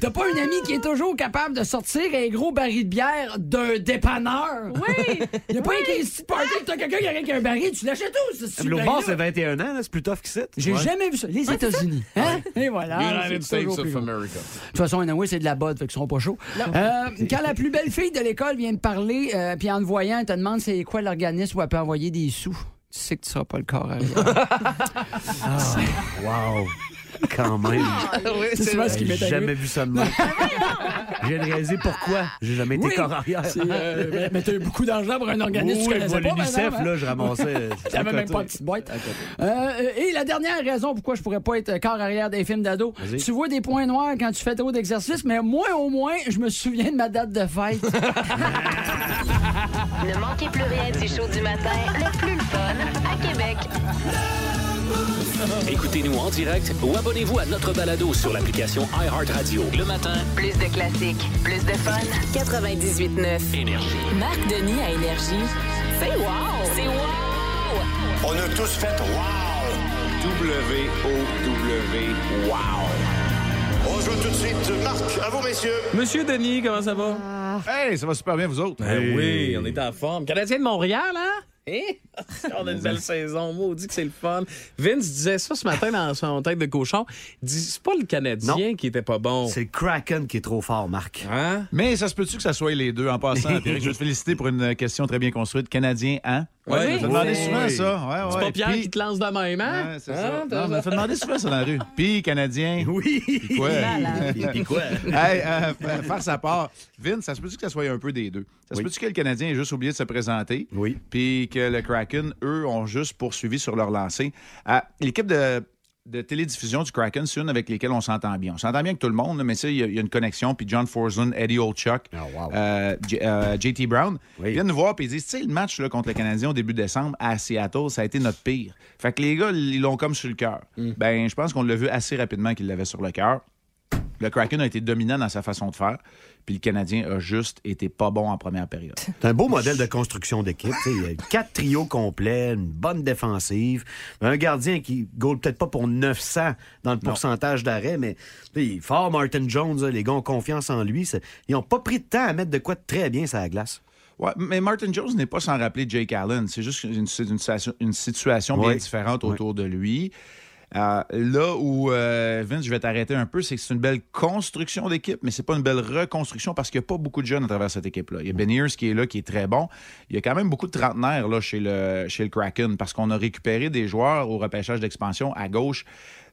D: T'as pas une amie qui est toujours capable de sortir un gros baril de bière d'un dépanneur? Oui! Y a pas un petit party que t'as quelqu'un qui arrive avec un baril, tu l'achètes où? ce petit
E: L'autre
D: baril-là?
E: bord, c'est 21 ans, là, c'est plus tough que ça.
D: J'ai jamais vu ça. Les États-Unis. Hein? Et voilà.
C: United
D: c'est toujours
C: States
D: plus
C: of
D: gros.
C: America.
D: De toute façon, Anyway, c'est de la botte, fait qu'ils sont pas chauds. Euh, quand la plus belle fille de l'école vient te parler, euh, puis en te voyant, elle te demande c'est quoi l'organisme où elle peut envoyer des sous. Tu sais que tu seras pas le corps arrière.
E: Wow. Ah, Quand même.
D: oui, c'est souvent ce qui m'est
E: J'ai
D: arrivé.
E: jamais vu ça de moi. J'ai réalisé pourquoi j'ai jamais été
D: Oui,
E: corps arrière.
D: c'est, euh, mais- mais t'as eu beaucoup d'argent pour un organisme que tu
E: Oui,
D: connaissais
E: moi,
D: pas, par
E: l'UNICEF,
D: exemple, hein?
E: là, je ramassais.
D: T'avais même pas de petite boîte. Euh, euh, et la dernière raison pourquoi je pourrais pas être corps arrière des films d'ado,
E: Vas-y.
D: tu vois des points noirs quand tu fais trop d'exercice, mais moi au moins, je me souviens de ma date de fête.
A: Ne manquez plus rien du show du matin, le plus le fun à Québec.
B: Écoutez-nous en direct ou abonnez-vous à notre balado sur l'application iHeartRadio. Le matin,
A: Plus de classiques, plus de fun. 98.9.
B: Énergie.
A: Marc Denis à Énergie. C'est wow! C'est wow!
P: On a tous fait wow! W-O-W, wow! On joue tout de suite. Marc, à vous, messieurs.
C: Monsieur Denis, comment ça va?
H: Hey, ça va super bien, vous autres.
C: Ben
H: Hey.
C: oui, on est en forme. Canadien de Montréal, hein? Hein? on a une belle saison, maudit que c'est le fun. Vince disait ça ce matin dans son tête de cochon. Il dit, c'est pas le Canadien qui était pas bon. hein?
E: C'est le Kraken qui est trop fort, Marc.
H: Mais ça se peut-tu que ça soit les deux en passant? Pierre, je veux te féliciter pour une question très bien construite. Canadien, hein?
C: Ouais,
H: je me demandais souvent ça. Ah, Ouais,
C: C'est
H: ouais.
C: pas Pierre
H: Puis-
C: qui te lance de même, hein?
H: Ouais, c'est ça. Non, mais on fait demander souvent ça dans la rue. Puis, Canadien. Oui. Puis quoi?
C: Malade.
H: Puis quoi? hey, euh, fa- faire sa part. Vince, ça se peut-tu que ça soit un peu des deux? Ça se peut-tu que le Canadien ait juste oublié de se présenter? Oui. Puis que le Kraken, eux, ont juste poursuivi sur leur lancée. Ah, L'équipe de de télédiffusion du Kraken, c'est une avec lesquelles on s'entend bien. On s'entend bien avec tout le monde, mais tu sais, il y, a- il y a une connexion. Puis John Forslund, Eddie Olchuk,
E: Ah.
H: euh, J- euh, JT Brown, viennent nous voir puis ils disent, tu sais, le match là, contre le Canadien au début décembre à Seattle, ça a été notre pire. Fait que les gars, ils l'ont comme sur le cœur. Ben, je pense qu'on l'a vu assez rapidement qu'ils l'avaient sur le cœur. Le Kraken a été dominant dans sa façon de faire, puis le Canadien a juste été pas bon en première période.
E: C'est un beau modèle de construction d'équipe. tu sais. Il y a quatre trios complets, une bonne défensive, un gardien qui goal peut-être pas pour 900 dans le pourcentage d'arrêt, mais tu sais, il est fort Martin Jones, là, les gars ont confiance en lui. C'est- Ils n'ont pas pris de temps à mettre de quoi de très bien sur la glace.
H: Ouais, mais Martin Jones n'est pas sans rappeler Jake Allen. C'est juste une, c'est une situation- une situation bien
E: Ouais.
H: différente autour de lui. Euh, là où, euh, Vince, je vais t'arrêter un peu, c'est que c'est une belle construction d'équipe, mais c'est pas une belle reconstruction parce qu'il n'y a pas beaucoup de jeunes à travers cette équipe-là. Il y a Ben Ears qui est là, qui est très bon. Il y a quand même beaucoup de trentenaires là, chez, le, chez le Kraken parce qu'on a récupéré des joueurs au repêchage d'expansion à gauche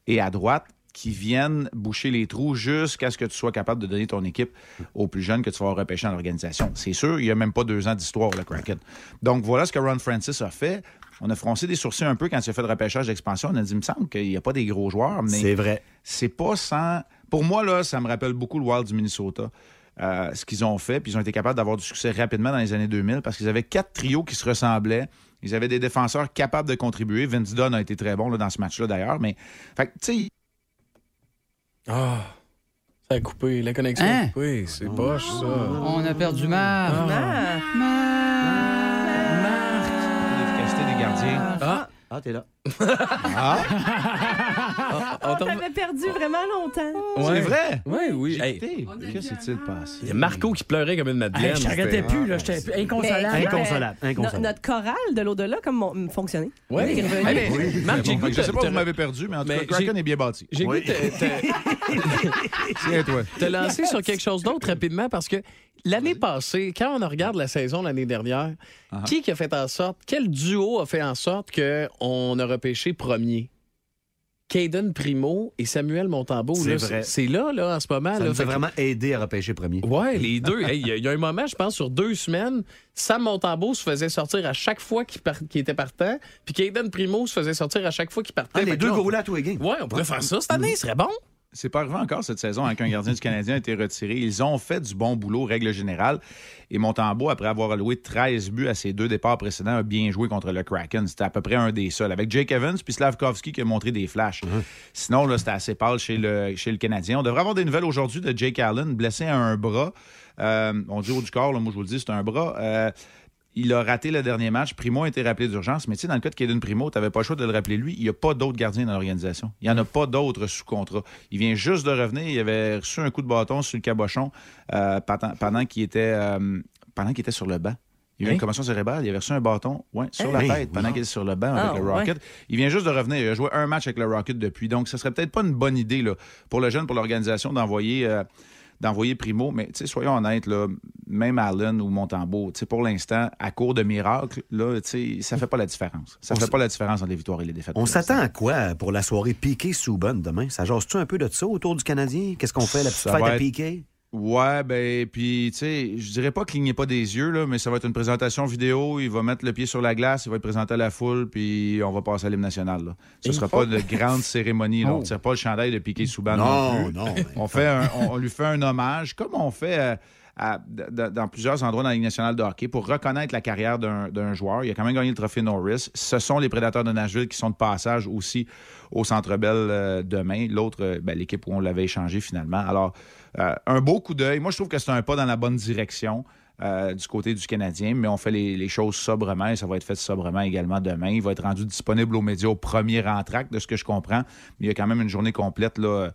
H: et à droite qui viennent boucher les trous jusqu'à ce que tu sois capable de donner ton équipe aux plus jeunes que tu vas repêcher en organisation. C'est sûr, il n'y a même pas deux ans d'histoire, le Kraken. Donc, voilà ce que Ron Francis a fait. On a froncé des sourcils un peu quand il a fait le repêchage d'expansion. On a dit, il me semble qu'il n'y a pas des gros joueurs, mais...
E: C'est vrai.
H: C'est pas sans... Pour moi, là, ça me rappelle beaucoup le Wild du Minnesota. Euh, ce qu'ils ont fait, puis ils ont été capables d'avoir du succès rapidement dans les années 2000 parce qu'ils avaient quatre trios qui se ressemblaient. Ils avaient des défenseurs capables de contribuer. Vince Dunn a été très bon là, dans ce match-là, d'ailleurs. Mais, fait que, tu sais,
C: Ah, ça a coupé. La connexion
D: Hein?
C: Oui, c'est poche, ça.
D: Ah, On a perdu Marc.
C: Ah.
D: Marc.
H: gardien.
E: Ah, ah t'es là.
F: On t'avait perdu vraiment longtemps.
C: Ouais.
H: C'est vrai?
C: Oui, oui. Hey.
H: Que s'est-il passé?
C: Il y a Marco qui pleurait comme une madeleine.
D: Hey, je t'arrêtais plus, là. J'étais plus inconsolable.
C: Ben,
F: Mais-
C: Inconsolable,
F: Euh,
C: inconsolable.
F: no- notre chorale de l'au-delà, comme on- fonctionnait.
C: Ouais.
F: Oui.
C: Ah, mais- Marc, j'ai le goût
H: Je
C: de-
H: sais pas où
C: de-
H: vous m'avez perdu, mais en tout
C: Mais
H: cas, Kraken
C: j'ai-
H: est bien bâti.
C: J'ai le
H: Oui.
C: goût de- de-
H: toi.
C: te lancer sur quelque chose d'autre rapidement parce que l'année passée, quand on regarde la saison l'année dernière, qui qui a fait en sorte, quel duo a fait en sorte qu'on a repêché premier? Caden Primo et Samuel Montambeau.
E: C'est
C: là,
E: vrai.
C: C'est là, là, en ce moment.
E: Ça
C: là,
E: nous
C: fait
E: a
C: que-
E: vraiment aidé à repêcher premier.
C: Ouais, les deux. Hey, Il y, a- il y a un moment, je pense, sur deux semaines, Sam Montembeau se faisait sortir à chaque fois qu'il par- qu'il était partant, puis Caden Primo se faisait sortir à chaque fois qu'il partait.
H: Ah, les
C: Fait que
H: deux
C: là, on-
H: goalers à
E: tous les games.
C: Ouais, on pourrait faire ça cette année, ce serait bon.
H: C'est pas arrivé encore cette saison hein, qu'un gardien du Canadien a été retiré. Ils ont fait du bon boulot, règle générale. Et Montembeau, après avoir alloué 13 buts à ses deux départs précédents, a bien joué contre le Kraken. C'était à peu près un des seuls. Avec Jake Evans puis Slavkovski qui a montré des flashs. Sinon, là, c'était assez pâle chez le, chez le Canadien. On devrait avoir des nouvelles aujourd'hui de Jake Allen, blessé à un bras. Euh, on dit haut du corps, là, moi je vous le dis, c'est un bras. Euh, il a raté le dernier match. Primo a été rappelé d'urgence. Mais tu sais, dans le cas de Kaden Primo, tu n'avais pas le choix de le rappeler lui. Il n'y a pas d'autres gardiens dans l'organisation. Il n'y en a pas d'autres sous contrat. Il vient juste de revenir. Il avait reçu un coup de bâton sur le cabochon euh, pendant, pendant qu'il était, euh, pendant qu'il était sur le banc. Il y a eu
C: Hein?
H: une commotion cérébrale. Il avait reçu un bâton ouais, sur la
C: Hein?
H: tête pendant qu'il était sur le banc
C: Ah,
H: avec le Rocket.
C: ouais.
H: Il vient juste de revenir. Il a joué un match avec le Rocket depuis. Donc, ce serait peut-être pas une bonne idée là, pour le jeune, pour l'organisation, d'envoyer. euh, d'envoyer Primo, mais tu sais, soyons honnêtes, là, même Allen ou Montembeau, tu sais, pour l'instant, à court de miracle, là, tu sais, ça fait pas la différence. Ça
E: On
H: fait
E: s-
H: pas la différence entre les victoires et les défaites.
E: On s'attend à quoi pour la soirée Piqué-Souban demain? Ça jase-tu un peu de ça autour du Canadien? Qu'est-ce qu'on fait, la petite
H: Ça
E: fête
H: va
E: à
H: être-
E: Piqué?
H: Ouais, ben, puis, tu sais, je dirais pas clignez pas des yeux, là, mais ça va être une présentation vidéo. Il va mettre le pied sur la glace, il va être présenté à la foule, puis on va passer à l'hymne national. Là. Ce
E: Et-
H: sera
E: Oh.
H: pas de grande cérémonie. là.
E: Oh.
H: On ne tire pas le chandail de Piqué Souban.
E: Non,
H: plus.
E: non, mais-
H: On, fait un- on, on lui fait un hommage, comme on fait. euh, à- d- d- dans plusieurs endroits dans la Ligue nationale de hockey pour reconnaître la carrière d'un d'un joueur. Il a quand même gagné le trophée Norris. Ce sont les prédateurs de Nashville qui sont de passage aussi au Centre Bell euh, demain. L'autre, euh, ben, l'équipe où on l'avait échangé finalement. Alors, euh, un beau coup d'œil. Moi, je trouve que c'est un pas dans la bonne direction. euh, du côté du Canadien, mais on fait les, les choses sobrement et ça va être fait sobrement également demain. Il va être rendu disponible aux médias au premier entracte, de ce que je comprends. Mais il y a quand même une journée complète là, euh,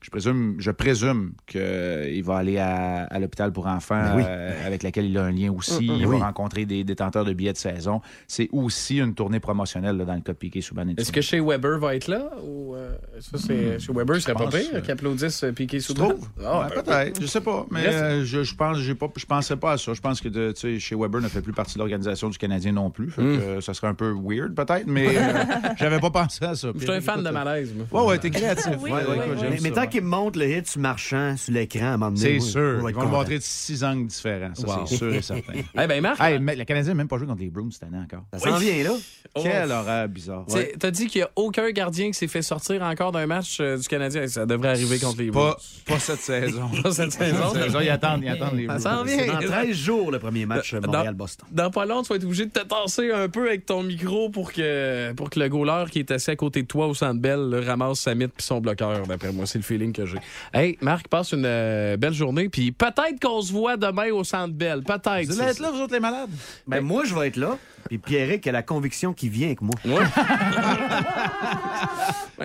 H: je présume, je présume qu'il va aller à, à l'hôpital pour enfants,
E: Ben oui.
H: euh, avec laquelle il a un lien aussi.
E: Mm, mm.
H: il
E: Oui.
H: va rencontrer des détenteurs de billets de saison. C'est aussi une tournée promotionnelle là, dans le cas de Piqué Souban.
C: Est-ce que chez Weber va être là? Ou, euh, ça, c'est, chez Weber, ce serait
H: Hmm.
C: pas
H: Je pense,
C: pire
H: euh,
C: qu'ils applaudissent euh, Piqué ben, sous
H: trouves? Ouais, peut-être, Ah, ben je sais pas, mais
C: Reste-
H: euh, je, je pense, j'ai pas, je pensais pas à ça. Je pense que de, tu sais, chez Weber ne fait plus partie de l'organisation du Canadien non plus. Fait
C: Mm.
H: que, euh, ça serait un peu weird peut-être, mais euh, j'avais pas pensé à ça.
C: Je suis un fan de malaise. moi.
H: Ouais, ouais, t'es créatif.
E: Oui,
H: Ouais,
E: oui,
H: écoute,
E: oui.
H: j'aime
E: mais, mais
H: ça,
E: tant
H: ouais.
E: qu'il me montre le hit sur marchand sur l'écran à un moment donné,
H: C'est
E: moi, on
H: sûr.
E: va
H: Ils
E: être
H: vont le
E: content.
H: montrer de six angles différents. Ça,
E: Wow.
H: c'est sûr et certain.
C: Eh ben, Marc.
H: euh, Hey, mais le Canadien n'a même pas joué contre les Bruins cette année encore.
E: Ça s'en
C: Oui.
E: vient, là.
C: Oh.
H: Quel horaire bizarre.
C: T'sais, T'as dit qu'il n'y a aucun gardien qui s'est fait sortir encore d'un match euh, du Canadien. Ça devrait arriver contre les
H: Pas,
C: Blues.
H: pas cette saison.
C: Pas cette saison.
H: Ils attendent, ils attendent les
C: Ça
H: Blues.
C: s'en vient.
H: C'est dans
E: Dans 13 jours, le premier match
C: Dans-
E: Montréal-Boston.
C: Dans pas long, tu vas être obligé de te tasser un peu avec ton micro pour que, pour que le goaler qui est assis à côté de toi au centre belle ramasse sa mythe puis son bloqueur, d'après moi. C'est le feeling que j'ai. Hey, Marc, passe une euh, belle journée. Puis peut-être qu'on se voit demain au centre belle. Peut-être.
H: Vous allez être là, vous autres, les malades?
E: Ben, moi, je vais être là. Puis Pierrick a la conviction qu'il vient avec moi.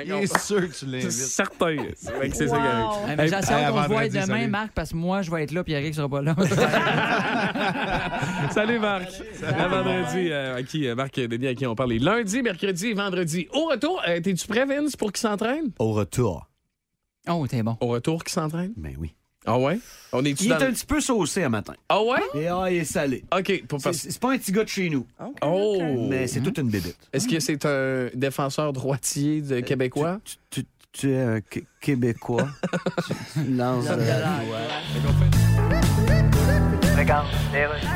H: Il est sûr que tu l'invites.
C: C'est certain. C'est vrai que c'est ça qui arrive.
D: Ouais, mais J'ai assez hâte
C: Hey,
D: qu'on se voit
C: vendredi,
D: demain,
C: salut.
D: Marc, parce que moi, je vais être là, puis Eric sera pas là.
C: Salut Marc. À vendredi, euh, à qui, euh, Marc Denis, à qui on parle les lundis, mercredi et vendredi. Au retour, euh, t'es-tu prêt, Vince, pour qu'il s'entraîne?
E: Au retour.
D: Oh, t'es bon.
C: Au retour, qu'il s'entraîne?
E: Ben oui.
C: Ah ouais? On est
E: Il est un petit peu saucé un matin.
C: Ah ouais?
E: Et ah, il est salé.
C: OK, pour
E: C'est c'est pas un petit gars de chez nous.
C: Oh!
E: Mais c'est toute une bébête.
C: Est-ce que c'est un défenseur droitier de- québécois?
E: Tu, tu es un Qué- Québécois. tu tu lances.
C: L'homme de
E: euh,
C: l'air,
I: Regarde, les rues.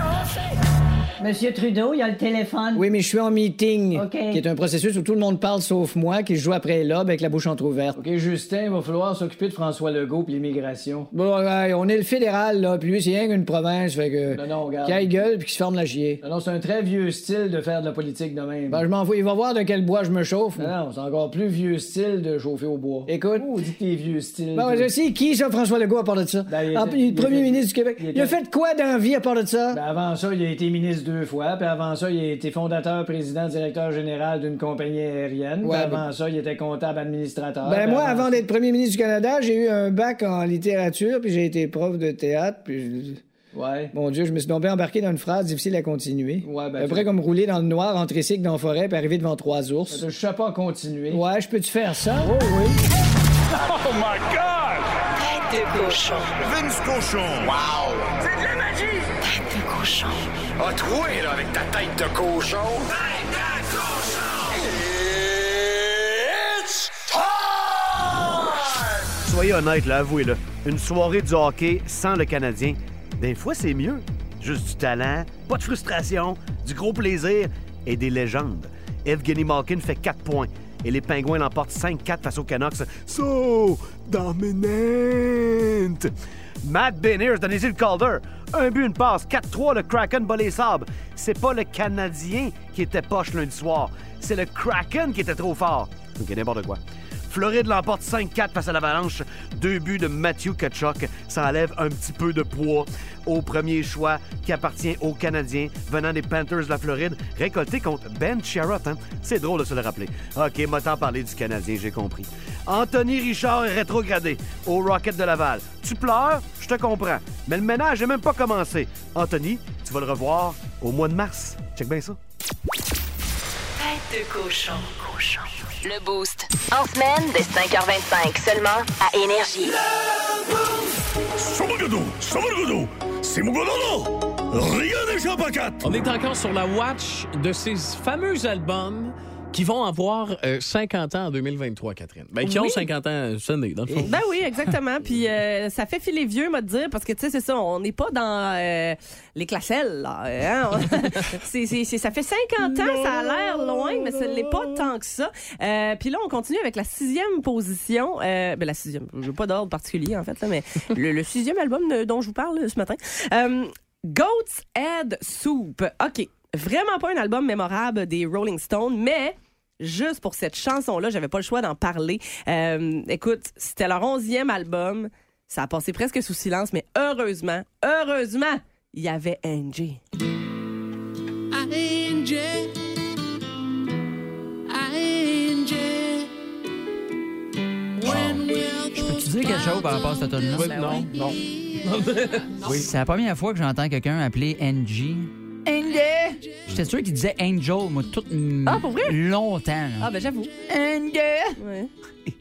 M: Monsieur Trudeau, il y a le téléphone.
J: Oui, mais je suis en meeting,
M: OK.
J: qui est un processus où tout le monde parle sauf moi, qui joue après l'aube avec la bouche entrouverte. OK, Justin, il va falloir s'occuper de François Legault puis l'immigration. Bon, ouais, on est le fédéral, là, puis lui, c'est rien qu'une province, fait que... Non, non, regarde. Qui aille gueule puis qui se forme la chier. Non, non, c'est un très vieux style de faire de la politique de même. Ben, je m'en fous, il va voir de quel bois je me chauffe. Non, non, c'est encore plus vieux style de chauffer au bois. Écoute... Oh, dit tes vieux styles. Ben, ouais, je sais qui, ça, François Legault, à part de ça? Ah,
M: était-
J: puis le
M: il
J: premier
M: était-
J: ministre du Québec.
M: il
J: Il,
M: était-
J: a fait quoi dans la vie à part de ça? avant ça, il a été ministre ministre deux fois. Puis avant ça, il était fondateur, président, directeur général d'une compagnie aérienne. Puis
D: Ouais,
J: avant
D: mais-
J: ça, il était comptable, administrateur.
D: Ben,
J: Puis
D: moi,
J: ben- avant
D: avant
J: d'être premier ministre du Canada, j'ai eu un bac en littérature, puis j'ai été prof de théâtre, puis je- Mon Dieu, je me suis tombé embarqué dans une phrase difficile à continuer.
D: Ouais, ben,
J: Après,
D: tu-
J: comme rouler dans le noir, entrer cycle dans la forêt, puis arriver devant trois ours. Je sais pas continuer. Ouais, je peux-tu faire ça? Oh oui.
P: Oh my God! Tête de cochon. Vince cochon. Wow! C'est de la magie! Tête de cochon. A troué, là, avec ta tête de cochon. Tête de cochon! It's time!
E: Soyez honnête, là, avouez-le. Une soirée du hockey sans le Canadien, des fois, c'est mieux. Juste du talent, pas de frustration, du gros plaisir et des légendes. Evgeny Malkin fait 4 points et les Pingouins l'emportent 5-4 face aux Canucks. So dominant! Matt Beniers de le Calder. Un but, une passe. 4-3, le Kraken bat les sables. C'est pas le Canadien qui était poche lundi soir. C'est le Kraken qui était trop fort. OK, n'importe quoi. Floride l'emporte 5-4 face à l'Avalanche. Deux buts de Matthew Kachuk. Ça enlève un petit peu de poids au premier choix qui appartient aux Canadiens venant des Panthers de la Floride, récolté contre Ben Sherratt. hein. C'est drôle de se le rappeler. OK, m'a tant parlé du Canadien, j'ai compris. Anthony Richard est rétrogradé au Rocket de Laval. Tu pleures, je te comprends. Mais le ménage n'est même pas commencé. Anthony, tu vas le revoir au mois de mars. Check bien ça.
A: Tête de cochon. cochon. Le Boost. En semaine, de 5h25 seulement à Énergie.
P: Sauvagodou! Sauvagodou! C'est mon godono! Rien n'échappe à quatre!
C: On est encore sur la watch de ces fameux albums qui vont avoir euh, 50 ans en 2023, Catherine. Ben, qui ont
F: Oui.
C: 50 ans cette année, dans le fond.
F: Ben oui, exactement. Puis euh, ça fait filer vieux, m'a dire, parce que tu sais, c'est ça, on n'est pas dans euh, les classelles, là. hein. On- c'est, c'est- c'est- ça fait 50 ans, ça a l'air loin, mais ce n'est pas tant que ça. Euh, puis là, on continue avec la sixième position. Euh, ben la sixième, je veux pas d'ordre particulier, en fait, là, mais le, le sixième album de- dont je vous parle euh, ce matin. Euh, Goat's Head Soup. OK. Vraiment pas un album mémorable des Rolling Stones, mais juste pour cette chanson-là, j'avais pas le choix d'en parler. Euh, écoute, c'était leur onzième album. Ça a passé presque sous silence, mais heureusement, heureusement, il y avait Angie.
Q: ING. ING. When will
D: Je peux-tu dire quelque chose par rapport à cette tonne-là?
Q: Non,
D: non. C'est la première fois que j'entends quelqu'un appeler NG.
Q: Angie.
D: J'étais sûr qu'il disait Angel, moi, tout ah,
F: pour vrai?
D: longtemps. là.
F: Ah, ben j'avoue. Ouais.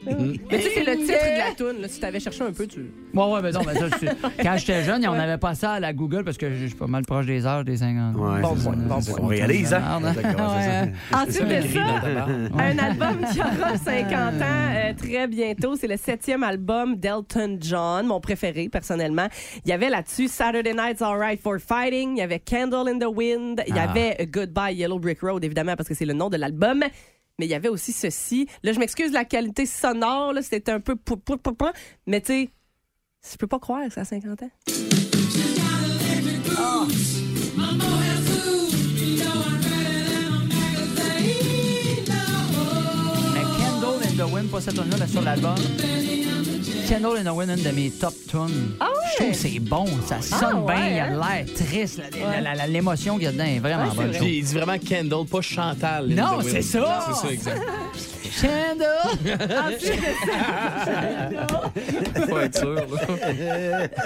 F: Mais tu sais, c'est le titre de la toune. là. Si t'avais cherché un peu, tu.
D: Ouais, ouais, mais non, mais ça, je suis- quand j'étais jeune, on n'avait pas ça à la Google parce que je je suis pas mal proche des heures des 50.
E: Ouais, c'est ça. C'est ça. On réalise, hein? D'accord, c'est ça.
F: Ensuite de
D: Écrit
F: Ah, ça,
D: dans
F: un album qui aura 50 ans euh, très bientôt. C'est le septième album d'Elton John, mon préféré personnellement. Il y avait là-dessus Saturday Night's Alright for Fighting, il y avait Candle in the Wind, il y
D: Ah.
F: avait Goodbye Yellow Brick Road, évidemment, parce que c'est le nom de l'album. Mais il y avait aussi ceci. Là, je m'excuse, la qualité sonore, là, c'était un peu... pou- pou- pou- pou- Mais tu sais, je peux pas croire que ça a 50 ans.
D: Mais Candle in the Wind, pas cette tune-là, mais sur l'album. Candle in the Wind, une de mes top tunes.
F: Ah ouais?
D: Je trouve que c'est bon, ça sonne
F: ouais,
D: bien, il y a
F: hein?
D: l'air triste, la- la-
F: Ouais.
D: la- la- l'émotion qu'il y a dedans est vraiment bonne. je trouve.
C: Puis il dit vraiment Kendall, pas Chantal.
D: Non, c'est ça!
C: C'est ça, exact.
D: Candle!
F: Ensuite de Ah, ça-
C: Faut être sûr, là.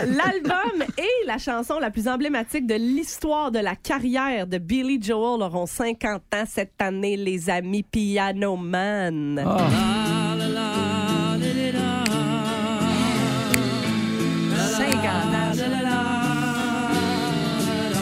F: L'album et la chanson la plus emblématique de l'histoire de la carrière de Billy Joel auront 50 ans cette année, les amis Piano Man.
C: Ah.
Q: La, la, la, la, la, la.
D: 50 ans.
Q: La, la, la, la, la.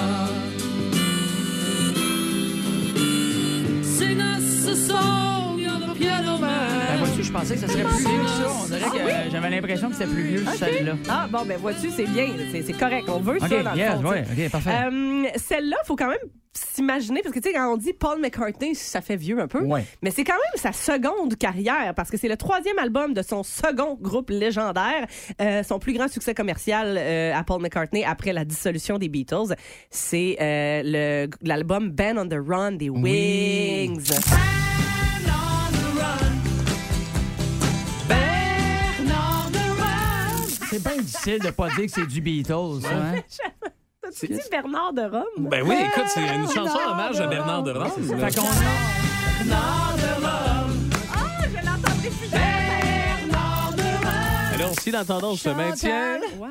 Q: Sing us a song, you're the piano
D: Ben,
Q: man.
D: vois-tu, je pensais que ça serait plus vieux que ça. On dirait
Q: Ah
D: que
Q: oui?
D: euh, j'avais l'impression que c'était plus vieux que
F: Ok.
D: celle-là.
F: Ah bon, ben vois-tu, c'est bien, c'est c'est correct. On veut
D: Ok,
F: ça dans le
D: yes,
F: fond,
D: ouais,
F: tu sais.
D: ok, parfait.
F: Euh, Celle-là, faut quand même s'imaginer, parce que tu sais, quand on dit Paul McCartney, ça fait vieux un peu,
D: Ouais.
F: mais c'est quand même sa seconde carrière, parce que c'est le troisième album de son second groupe légendaire, Euh, son plus grand succès commercial euh, à Paul McCartney après la dissolution des Beatles, c'est euh, le- l'album Band on the Run des Wings.
D: C'est bien difficile de pas dire que c'est du Beatles, ça, hein?
F: Tu dis Bernard de Rome?
C: Ben oui, écoute, c'est une
F: Bernard
C: chanson
F: de
C: hommage à
F: Rome.
C: Bernard de Rome.
F: Ah, C'est
C: là.
F: ça qu'on a. Bernard de Rome. Ah, je l'entendais plus tard. Bernard de Rome.
C: Alors, si la tendance se maintient,
F: Wow.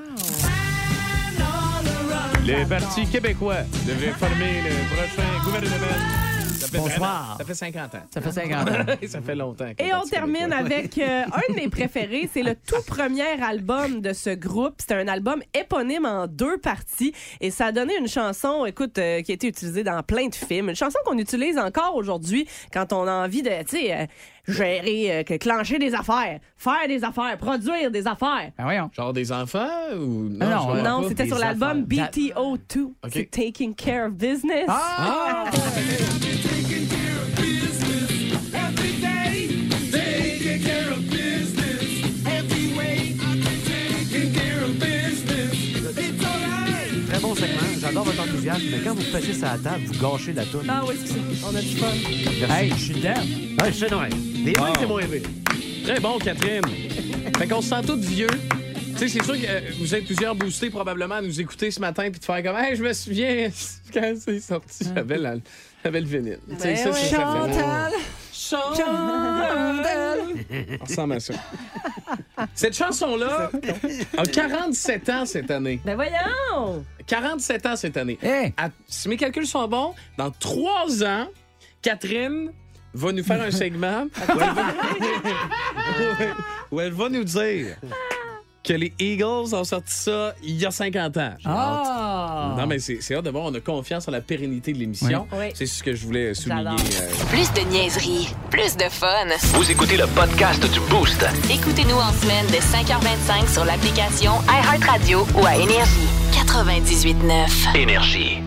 C: le Parti québécois devrait former le prochain gouvernement. Ça fait
D: Bonsoir.
C: Ça fait 50 ans.
D: Ça fait 50 ans.
C: ça fait longtemps. que
F: Et
C: le
F: on
C: Parti
F: termine
C: québécois-
F: avec euh, un de mes préférés. C'est le tout premier album de ce groupe. C'est un album éponyme en deux parties. Et ça a donné une chanson, écoute, euh, qui a été utilisée dans plein de films. Une chanson qu'on utilise encore aujourd'hui quand on a envie de, tu sais, euh, gérer, euh, que- clencher des affaires, faire des affaires, produire des affaires.
D: Ben voyons.
C: Genre des enfants ou.
F: Non,
C: je comprends pas.
F: c'était
C: Des
F: sur l'album
C: enfants.
F: BTO2.
C: Ok.
F: C'est Taking Care of Business.
C: Ah!
E: Très bon segment. J'adore votre enthousiasme, mais quand vous passez ça à table, vous gâchez la toune.
F: Ah oui, c'est- on a du fun.
E: Hey, je suis dedans. Ouais, je sais, non, ouais. Des
C: Bon.
E: mains, c'est mon aimé.
C: Très bon, Catherine. fait qu'on se sent tous vieux. Tu sais, c'est sûr que euh, vous êtes plusieurs boostés probablement à nous écouter ce matin puis de faire comme Hey, je me souviens quand c'est sorti. J'avais la- j'avais le vinyle. Tu sais, ça, c'est- ça fait-
F: Ben Chantal, Chantal.
C: On ressemble à ça. Cette chanson-là a 47 ans cette année.
F: Ben voyons!
C: 47 ans cette année.
D: Eh,
C: À- si mes calculs sont bons, dans 3 ans, Catherine va nous faire un segment où elle va, où elle va nous dire que les Eagles ont sorti ça il y a 50 ans. J'ai
D: Ah!
C: hâte. Non, mais c'est c'est hâte de voir. On a confiance en la pérennité de l'émission.
A: Oui. Oui.
C: C'est ce que je voulais souligner.
A: J'adore.
C: euh,
A: Plus de niaiserie, plus de fun.
B: Vous écoutez le podcast du Boost.
A: Écoutez-nous en semaine de 5h25 sur l'application iHeartRadio ou à Énergie. 98.9.
B: Énergie.